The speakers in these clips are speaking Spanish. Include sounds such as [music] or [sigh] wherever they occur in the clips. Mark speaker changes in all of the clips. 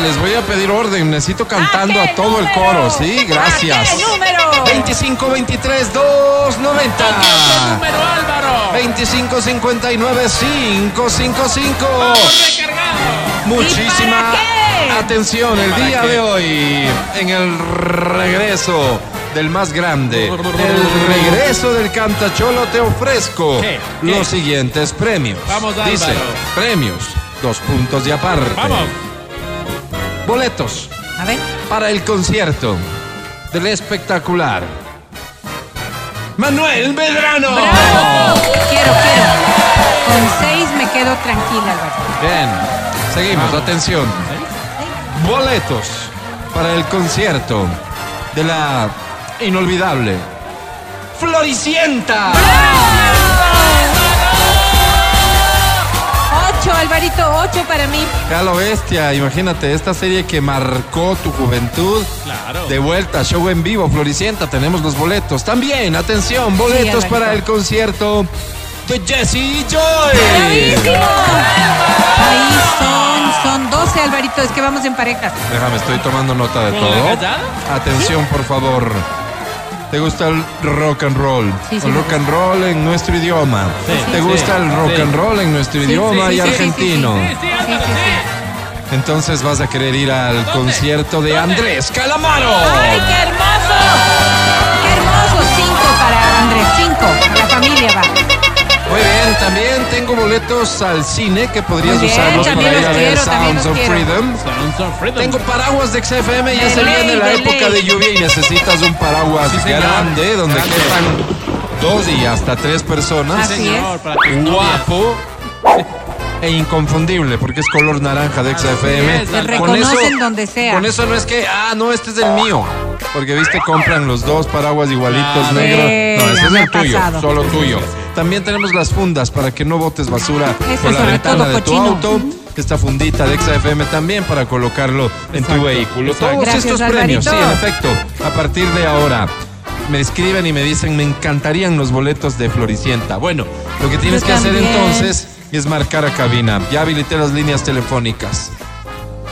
Speaker 1: les voy a pedir orden. Necesito
Speaker 2: Ah,
Speaker 1: cantando a todo el coro. Sí, gracias.
Speaker 2: ¿A qué número?
Speaker 1: 25 23 290.
Speaker 3: número, Álvaro?
Speaker 1: 25 59 555.
Speaker 3: Vamos recargado.
Speaker 1: Muchísima
Speaker 2: ¿Y para qué?
Speaker 1: atención el
Speaker 3: ¿Para
Speaker 1: día
Speaker 3: qué?
Speaker 1: de hoy en el regreso del más grande, el regreso del cantacholo te ofrezco
Speaker 3: ¿Qué?
Speaker 1: los
Speaker 3: ¿Qué?
Speaker 1: siguientes premios.
Speaker 3: Vamos, Álvaro.
Speaker 1: Dice, premios, dos puntos de aparte.
Speaker 3: Vamos.
Speaker 1: Boletos
Speaker 2: A ver.
Speaker 1: para el concierto del espectacular. Manuel Medrano.
Speaker 2: ¡Bravo! Quiero, quiero. Con seis me quedo tranquila, Álvaro.
Speaker 1: Bien, seguimos, atención. Boletos para el concierto de la inolvidable Floricienta.
Speaker 2: Ocho, Alvarito, ocho para mí.
Speaker 1: Calo Bestia, imagínate, esta serie que marcó tu juventud.
Speaker 3: Claro.
Speaker 1: De vuelta, show en vivo, Floricienta, tenemos los boletos. También, atención, boletos
Speaker 2: Alvarito.
Speaker 1: para el concierto de Jesse Joy.
Speaker 2: ¡Bravísimo! Ahí son, son 12, Alvarito, es que vamos en parejas.
Speaker 1: Déjame, estoy tomando nota de
Speaker 3: ¿Puedo
Speaker 1: todo.
Speaker 3: cantar?
Speaker 1: Atención, por favor. ¿Te gusta el rock and roll?
Speaker 2: Sí, sí,
Speaker 1: el
Speaker 2: me
Speaker 1: rock and roll en nuestro idioma.
Speaker 3: Sí,
Speaker 1: ¿Te
Speaker 3: sí,
Speaker 1: gusta
Speaker 3: sí.
Speaker 1: el rock
Speaker 3: Sí.
Speaker 1: and roll en nuestro
Speaker 2: Sí,
Speaker 1: idioma
Speaker 2: sí,
Speaker 1: y
Speaker 2: sí, sí, sí,
Speaker 1: argentino?
Speaker 2: sí,
Speaker 3: Sí, sí, Álvaro,
Speaker 2: Sí, sí, sí.
Speaker 3: sí.
Speaker 1: Entonces vas a querer ir al
Speaker 3: ¿Dónde?
Speaker 1: concierto de
Speaker 3: ¿Dónde?
Speaker 1: Andrés Calamaro.
Speaker 2: ¡Ay, qué hermoso! ¡Qué hermoso! Cinco para Andrés, cinco. La familia va.
Speaker 1: Muy bien, también tengo boletos al cine que podrías
Speaker 2: Muy bien,
Speaker 1: usarlos para
Speaker 2: también
Speaker 1: ir
Speaker 2: los
Speaker 1: a ver
Speaker 2: quiero, también
Speaker 1: Sounds
Speaker 2: los
Speaker 1: of
Speaker 2: quiero.
Speaker 1: Freedom.
Speaker 3: Sounds of Freedom.
Speaker 1: Tengo paraguas de XFM, ya
Speaker 2: De
Speaker 1: se
Speaker 2: ley,
Speaker 1: viene la
Speaker 2: de
Speaker 1: época
Speaker 2: ley.
Speaker 1: de lluvia y necesitas un paraguas
Speaker 3: Sí, señor.
Speaker 1: grande donde
Speaker 3: Grande.
Speaker 1: quepan dos y hasta tres personas.
Speaker 2: Así
Speaker 3: Señor,
Speaker 2: es.
Speaker 3: para tus novias.
Speaker 1: Guapo [laughs] e inconfundible porque es color naranja de
Speaker 2: Ah,
Speaker 1: XFM.
Speaker 3: es, Te
Speaker 2: reconocen donde sea.
Speaker 1: Con eso no es que, ah, no, este es el mío. Porque viste, compran los dos paraguas igualitos
Speaker 3: Claro.
Speaker 1: negros. No,
Speaker 2: Sí,
Speaker 1: este
Speaker 2: ya
Speaker 1: es
Speaker 2: me
Speaker 1: el
Speaker 2: ha
Speaker 1: tuyo,
Speaker 2: pasado.
Speaker 1: solo tuyo. También tenemos las fundas para que no botes basura
Speaker 2: Eso,
Speaker 1: por la
Speaker 2: Ah, sobre
Speaker 1: ventana
Speaker 2: todo,
Speaker 1: de tu
Speaker 2: cochino.
Speaker 1: auto. Esta fundita de XFM también para colocarlo en tu vehículo.
Speaker 3: exacto.
Speaker 1: Todos
Speaker 2: Gracias,
Speaker 1: estos premios, sí, en
Speaker 2: Alvarito.
Speaker 1: efecto, a partir de ahora. Me escriben y me dicen, me encantarían los boletos de Floricienta. Bueno, lo que tienes
Speaker 2: Yo
Speaker 1: que hacer
Speaker 2: también.
Speaker 1: entonces es marcar a cabina. Ya habilité las líneas telefónicas.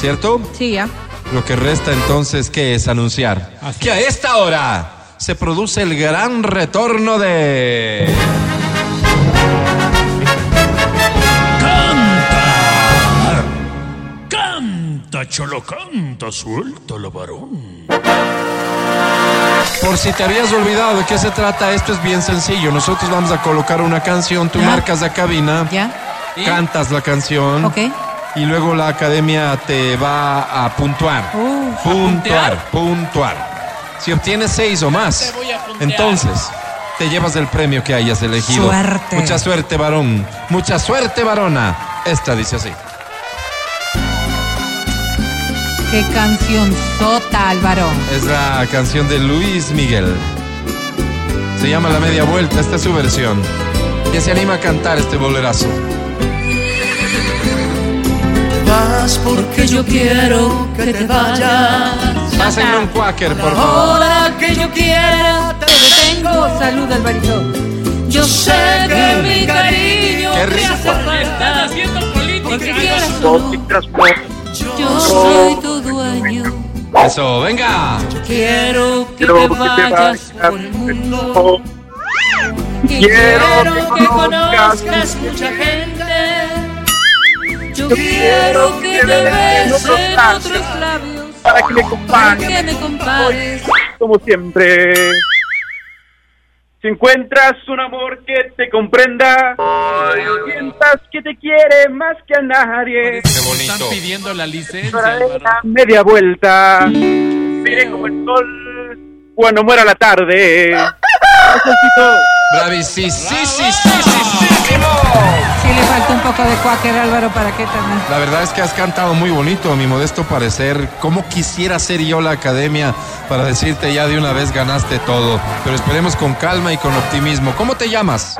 Speaker 1: ¿Cierto?
Speaker 2: Sí, ya.
Speaker 1: Lo que resta entonces, ¿qué es anunciar?
Speaker 3: Así
Speaker 1: Que a esta hora se produce el gran retorno de...
Speaker 4: Canta, cholo, canta, suéltalo, varón.
Speaker 1: Por si te habías olvidado de qué se trata, esto es bien sencillo. Nosotros vamos a colocar una canción, tú
Speaker 2: Ya.
Speaker 1: marcas la cabina,
Speaker 2: ¿Ya?
Speaker 1: cantas la canción
Speaker 2: Ok.
Speaker 1: y luego la academia te va a puntuar.
Speaker 2: Uh.
Speaker 1: puntuar, puntuar. Si obtienes seis o más,
Speaker 3: Te voy a puntear.
Speaker 1: entonces te llevas el premio que hayas elegido.
Speaker 2: Suerte.
Speaker 1: Mucha suerte, varón. Mucha suerte, varona. Esta dice así.
Speaker 2: Qué canción sota, Álvaro.
Speaker 1: Es la canción de Luis Miguel. Se llama La Media Vuelta, esta es su versión. Que se anima a cantar este bolerazo.
Speaker 5: Vas porque yo quiero que te vayas.
Speaker 1: Pásenme un quaker, por favor.
Speaker 5: Ahora que yo quiera te detengo.
Speaker 2: Salud, Alvarito.
Speaker 5: Yo sé que mi cariño
Speaker 1: Qué
Speaker 5: te
Speaker 1: rico.
Speaker 5: hace
Speaker 3: Le están
Speaker 5: falta.
Speaker 3: haciendo política.
Speaker 5: Porque
Speaker 3: Álvaro.
Speaker 5: quieras o no, yo soy tu dueño.
Speaker 1: Eso, venga.
Speaker 5: Quiero que te vayas por el mundo. Que
Speaker 6: Quiero
Speaker 5: quiero
Speaker 6: que
Speaker 5: que
Speaker 6: conozcas
Speaker 5: conozcas mucha gente. Yo quiero que te besen otros labios.
Speaker 6: para que me
Speaker 5: Para
Speaker 6: acompañe
Speaker 5: que me compares.
Speaker 6: como siempre. Si encuentras un amor que te comprenda, si sientas que te quiere más que a nadie,
Speaker 1: Qué bonito.
Speaker 3: Están pidiendo la licencia,
Speaker 6: para de
Speaker 3: Álvaro.
Speaker 6: la media vuelta, mire como el sol cuando muera la tarde. Corazoncito,
Speaker 1: Bravísimo. Sí, sí, sí, sí, sí,
Speaker 2: Sí, le falta un poco de cuáquer, Álvaro, para qué también.
Speaker 1: La verdad es que has cantado muy bonito, a mi modesto parecer. ¿Cómo quisiera ser yo la academia para decirte ya de una vez ganaste todo? Pero esperemos con calma y con optimismo. ¿Cómo te llamas?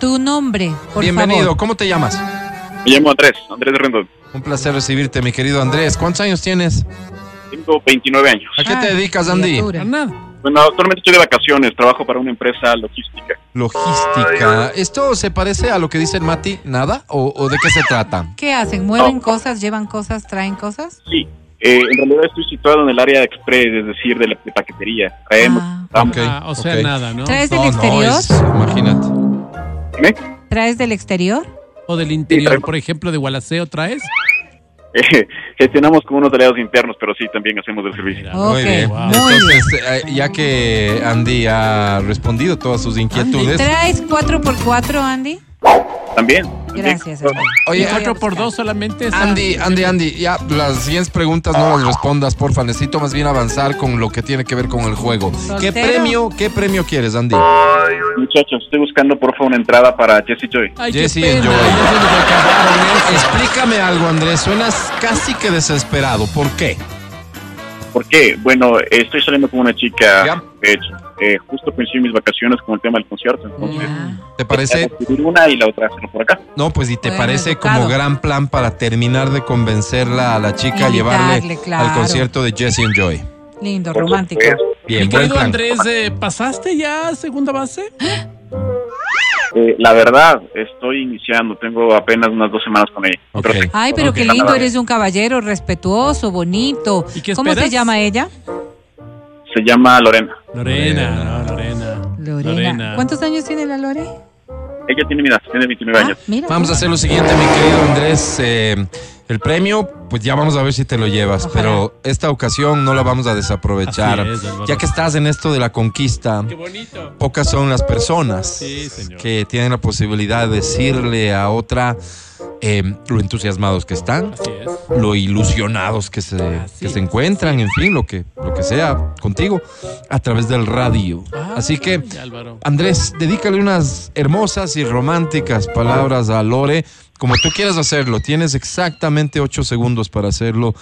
Speaker 2: Tu nombre, por
Speaker 1: Bienvenido,
Speaker 2: favor.
Speaker 1: ¿cómo te llamas?
Speaker 7: Me llamo Andrés, Andrés Rendón.
Speaker 1: Un placer recibirte, mi querido Andrés. ¿Cuántos años tienes?
Speaker 7: Tengo 29 años.
Speaker 1: ¿A qué
Speaker 2: Ah,
Speaker 1: te dedicas, Andy?
Speaker 2: criatura.
Speaker 3: Nada.
Speaker 7: Bueno, actualmente estoy de vacaciones, trabajo para una empresa logística.
Speaker 1: Logística. ¿Esto se parece a lo que dicen Mati? ¿Nada? ¿O, o de qué se trata?
Speaker 2: ¿Qué hacen?
Speaker 1: Oh.
Speaker 2: ¿Mueven cosas? ¿Llevan cosas? ¿Traen cosas?
Speaker 7: Sí, eh, en realidad estoy situado en el área de express, es decir, de, la, de paquetería. Traemos,
Speaker 2: Ah.
Speaker 7: vamos.
Speaker 1: Ok,
Speaker 3: Ah, o sea,
Speaker 1: ok.
Speaker 3: nada, ¿no?
Speaker 2: ¿Traes del
Speaker 1: No, no,
Speaker 2: exterior?
Speaker 1: es- imagínate.
Speaker 7: ¿Dime?
Speaker 2: ¿Traes del exterior?
Speaker 3: O del interior,
Speaker 7: traemos.
Speaker 3: por ejemplo, de Gualaceo, ¿traes?
Speaker 7: Eh, [laughs] gestionamos con unos aliados internos, pero sí, también hacemos el servicio.
Speaker 3: Mira,
Speaker 2: Ok,
Speaker 1: Muy bien.
Speaker 3: wow.
Speaker 2: muy bien.
Speaker 1: Entonces, eh, ya que Andy ha respondido todas sus inquietudes.
Speaker 2: ¿Traes 4x4, Andy?
Speaker 7: También.
Speaker 2: Gracias,
Speaker 7: también.
Speaker 2: Andy.
Speaker 1: Oye,
Speaker 2: Voy a
Speaker 3: ¿Cuatro por
Speaker 2: buscar.
Speaker 3: dos solamente? está-
Speaker 1: Andy, Andy, Andy, ya las siguientes preguntas no las respondas, porfa. Necesito más bien avanzar con lo que tiene que ver con el juego. ¿Qué
Speaker 2: Soltero.
Speaker 1: premio, qué premio quieres, Andy?
Speaker 7: Muchachos, estoy buscando, por favor, una entrada para Jesse Joy.
Speaker 3: Ay, qué
Speaker 1: Jesse
Speaker 3: pena,
Speaker 1: and Joy.
Speaker 3: ya se nos acabaron ¿eh? eso.
Speaker 1: Explícame algo, Andrés. Suenas casi que desesperado. ¿Por qué?
Speaker 7: ¿Por qué? Bueno, eh, estoy saliendo con una chica,
Speaker 1: Ya.
Speaker 7: de hecho, eh, justo coinciden mis vacaciones con el tema del concierto, entonces...
Speaker 2: Ya.
Speaker 1: ¿Te parece?
Speaker 7: voy a Una y la otra hacerlo por acá.
Speaker 1: No, pues y te
Speaker 2: Bueno,
Speaker 1: parece
Speaker 2: educado.
Speaker 1: como gran plan para terminar de convencerla a la chica, a
Speaker 2: Invitarle,
Speaker 1: llevarle
Speaker 2: claro.
Speaker 1: al concierto de Jesse and Joy.
Speaker 2: Lindo,
Speaker 7: Por
Speaker 2: romántico.
Speaker 7: supuesto.
Speaker 1: Bien,
Speaker 3: Mi
Speaker 1: buen
Speaker 3: querido
Speaker 1: plan.
Speaker 3: Andrés, eh, ¿pasaste ya a segunda base?
Speaker 7: Eh, la verdad, estoy iniciando, tengo apenas unas dos semanas con ella.
Speaker 1: Ok.
Speaker 7: Pero-
Speaker 2: Ay, pero
Speaker 7: Ok.
Speaker 2: qué lindo, eres un caballero respetuoso, bonito.
Speaker 3: ¿Y qué
Speaker 2: ¿Cómo se
Speaker 3: esperas?
Speaker 2: llama ella?
Speaker 7: Se llama Lorena.
Speaker 1: Lorena.
Speaker 3: Lorena, no, Lorena.
Speaker 2: Lorena. ¿Cuántos años tiene la Lore?
Speaker 7: Ella tiene mi edad, tiene 29
Speaker 2: Ah,
Speaker 7: años.
Speaker 2: mira.
Speaker 1: Vamos a hacer lo siguiente, mi querido Andrés. eh, el premio, pues ya vamos a ver si te lo llevas,
Speaker 2: Ojalá.
Speaker 1: pero esta ocasión no la vamos a desaprovechar.
Speaker 3: Así es, Álvaro.
Speaker 1: ya que estás en esto de la conquista,
Speaker 3: Qué bonito.
Speaker 1: pocas son las personas
Speaker 3: Sí, señor.
Speaker 1: que tienen la posibilidad de decirle a otra eh, lo entusiasmados que están,
Speaker 3: Así es.
Speaker 1: lo ilusionados que se,
Speaker 3: Así
Speaker 1: que se
Speaker 3: es.
Speaker 1: encuentran, en fin, lo que, lo que sea contigo, a través del radio.
Speaker 3: Ah,
Speaker 1: Así que...
Speaker 3: Ay, Álvaro.
Speaker 1: Andrés, dedícale unas hermosas y románticas palabras a Lore, como tú quieras hacerlo. Tienes exactamente ocho segundos para hacerlo.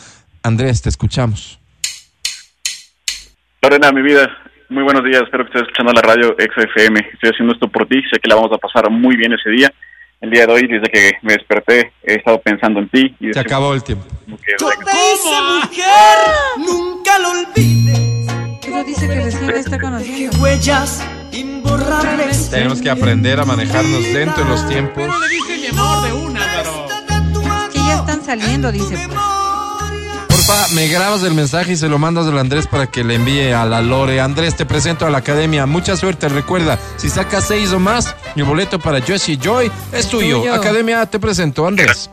Speaker 1: Andrés, te escuchamos.
Speaker 7: Lorena, mi vida, muy buenos días. Espero que estés escuchando la radio XFM. Estoy haciendo esto por ti. Sé que la vamos a pasar muy bien ese día. El día de hoy, desde que me desperté, he estado pensando en ti. Y
Speaker 1: Se
Speaker 7: deseo
Speaker 1: acabó el tiempo.
Speaker 7: que-
Speaker 8: mujer, nunca lo olvides.
Speaker 2: Pero dice que recién la está
Speaker 8: Deje
Speaker 2: conociendo.
Speaker 8: huellas imborrables.
Speaker 1: Tenemos que aprender a manejarnos lento en los tiempos.
Speaker 3: ¿Cómo le diste mi amor de una, Álvaro?
Speaker 8: Este
Speaker 2: Que ya están saliendo, dice. pues.
Speaker 1: Porfa, me grabas el mensaje y se lo mandas al Andrés para que le envíe a la Lore. Andrés, te presento a la academia. Mucha suerte. Recuerda, si sacas seis o más, el boleto para Josie Joy es tuyo.
Speaker 2: Tuyo.
Speaker 1: Academia, te presento, [laughs] Andrés.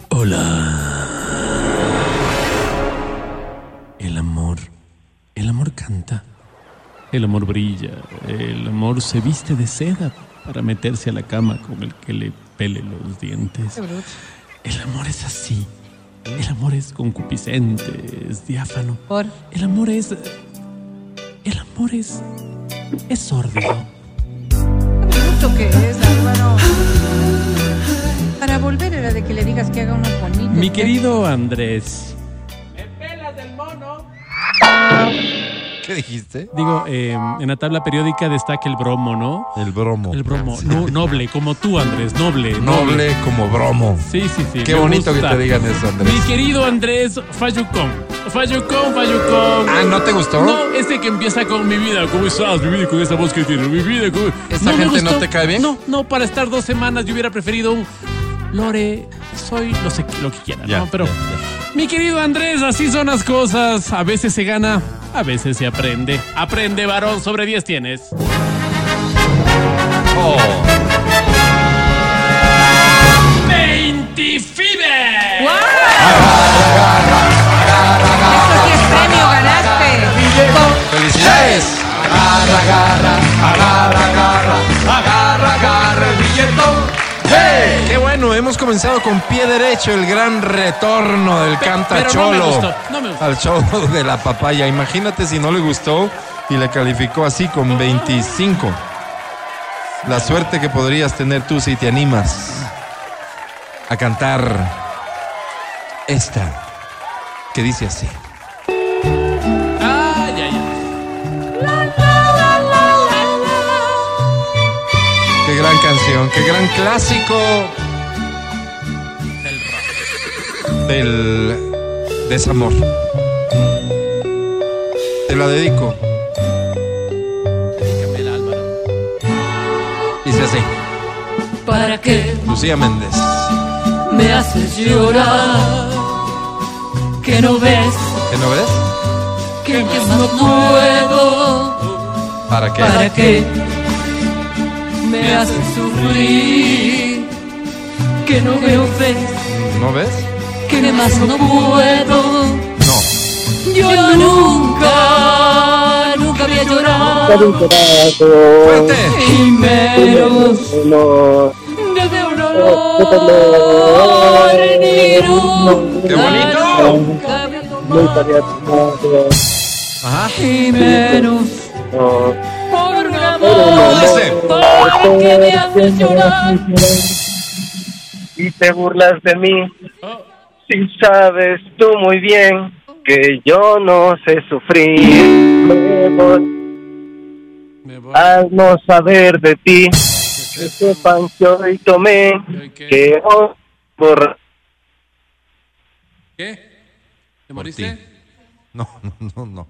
Speaker 4: El amor. El amor canta.
Speaker 3: El amor brilla, el amor se viste de seda para meterse a la cama con el que le pele los dientes. El amor es así. El amor es concupiscente, es diáfano.
Speaker 2: Por.
Speaker 3: El amor es. El amor es. Es sórdido.
Speaker 2: Bruto que es, Álvaro. Para volver era de que le digas que haga unos bonitos. ¿eh?
Speaker 3: Mi
Speaker 2: ¿qué?
Speaker 3: querido Andrés,
Speaker 1: ¿Qué dijiste?
Speaker 3: digo, eh, en la tabla periódica destaca el bromo, ¿no?
Speaker 1: El bromo.
Speaker 3: El bromo, no- noble, como tú, Andrés, noble, noble.
Speaker 1: Noble como bromo.
Speaker 3: Sí, sí, sí.
Speaker 1: Qué
Speaker 3: me
Speaker 1: bonito
Speaker 3: gusta.
Speaker 1: que te digan eso, Andrés.
Speaker 3: Mi querido Andrés Fallucón. Fallucón, Fallucón.
Speaker 1: Ah, ¿no te gustó?
Speaker 3: No, ese que empieza con mi vida, ¿cómo estás? Mi vida, con esa voz que tiene, mi vida, ¿cómo-
Speaker 1: ¿Esa
Speaker 3: me
Speaker 1: gente no
Speaker 3: gustó.
Speaker 1: te cae bien?
Speaker 3: No, no, para estar dos semanas yo hubiera preferido un Lore, soy lo, sé, lo que quiera,
Speaker 1: Ya,
Speaker 3: ¿no? Pero,
Speaker 1: ya,
Speaker 3: mi querido Andrés, así son las cosas. A veces se gana, a veces se aprende. Aprende, varón, sobre 10 tienes.
Speaker 1: Oh.
Speaker 3: ¡25!
Speaker 2: Esto sí es premio, ganaste. Con-
Speaker 1: ¡Felicidades! Agarra, agarra, agarra, agarra, agarra, agarra el billetón. ¡Hey! Qué bueno, hemos comenzado con pie derecho el gran retorno del
Speaker 3: Pe-
Speaker 1: canta
Speaker 3: pero no me
Speaker 1: cholo
Speaker 3: gustó, no me gustó.
Speaker 1: al show de la papaya. Imagínate si no le gustó y le calificó así con 25. La suerte que podrías tener tú si te animas a cantar esta que dice así. Ah.
Speaker 3: Ay, ay, ay.
Speaker 1: Qué gran canción, qué gran clásico del desamor. Te la dedico
Speaker 9: ¿Para qué
Speaker 1: Lucía Méndez.
Speaker 9: me haces llorar? Que no ves
Speaker 1: ¿Qué no ves?
Speaker 9: que más no puedo.
Speaker 1: ¿Para qué?
Speaker 9: ¿Para qué me haces sufrir? Que no veo ves
Speaker 1: ¿No ves?
Speaker 9: que más no puedo.
Speaker 1: No.
Speaker 9: Yo nunca, nunca había llorado.
Speaker 1: ¡Fuerte!
Speaker 9: Y menos desde un
Speaker 3: Oh,
Speaker 9: olor ni nunca.
Speaker 1: ¡Qué bonito!
Speaker 9: nunca había tomado,
Speaker 1: Ajá.
Speaker 9: Y menos por un
Speaker 1: ¿Cómo
Speaker 9: amor.
Speaker 1: dice?
Speaker 9: Porque me haces llorar.
Speaker 6: y te burlas de mí. Si sabes tú muy bien que yo no sé sufrir, me voy
Speaker 3: Me voy.
Speaker 6: al no saber de ti. Que sepan que hoy tomé, que hoy borra.
Speaker 3: ¿Qué? ¿Te
Speaker 1: moriste?
Speaker 3: moriste?
Speaker 1: No, no, no, no.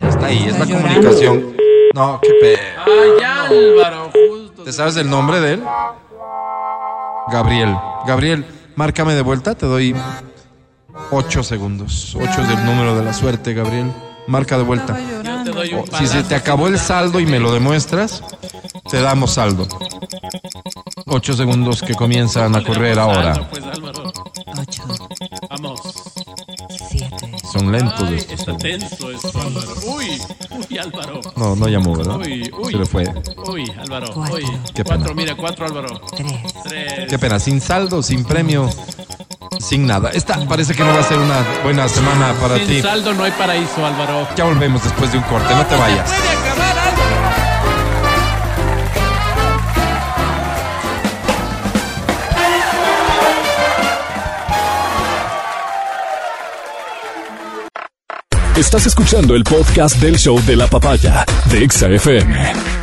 Speaker 1: Ya está ahí, es la comunicación. No, qué pedo.
Speaker 3: Ay, Álvaro, justo.
Speaker 1: ¿Te sabes el nombre de él? Gabriel. Gabriel, márcame de vuelta, te doy 8 segundos. 8 es el número de la suerte, Gabriel. Marca de vuelta.
Speaker 10: Estaba llorando.
Speaker 3: doy
Speaker 1: O- Oh, Si se te acabó el saldo y me lo demuestras, te damos saldo. 8 segundos que comienzan a correr ahora.
Speaker 3: Pues Álvaro,
Speaker 2: Ocho,
Speaker 3: vamos.
Speaker 2: siete,
Speaker 1: Son lentos
Speaker 3: Ay,
Speaker 1: estos
Speaker 3: está
Speaker 1: segundos.
Speaker 3: tenso esto, Álvaro. Uy, uy, Álvaro.
Speaker 1: No, no llamó, ¿verdad?
Speaker 3: Uy, uy.
Speaker 1: Se le fue.
Speaker 3: Uy, Álvaro.
Speaker 2: Cuatro.
Speaker 3: Uy,
Speaker 1: Qué pena.
Speaker 3: cuatro, mira, cuatro, Álvaro.
Speaker 2: tres,
Speaker 3: Tres.
Speaker 1: Qué pena, sin saldo, sin premio, sin nada. Esta parece que no va a ser una buena semana para
Speaker 3: Sin
Speaker 1: ti.
Speaker 3: saldo no hay paraíso, Álvaro.
Speaker 1: Ya volvemos después de un corte, no te vayas.
Speaker 11: Estás escuchando el podcast del show de la papaya de Exa FM.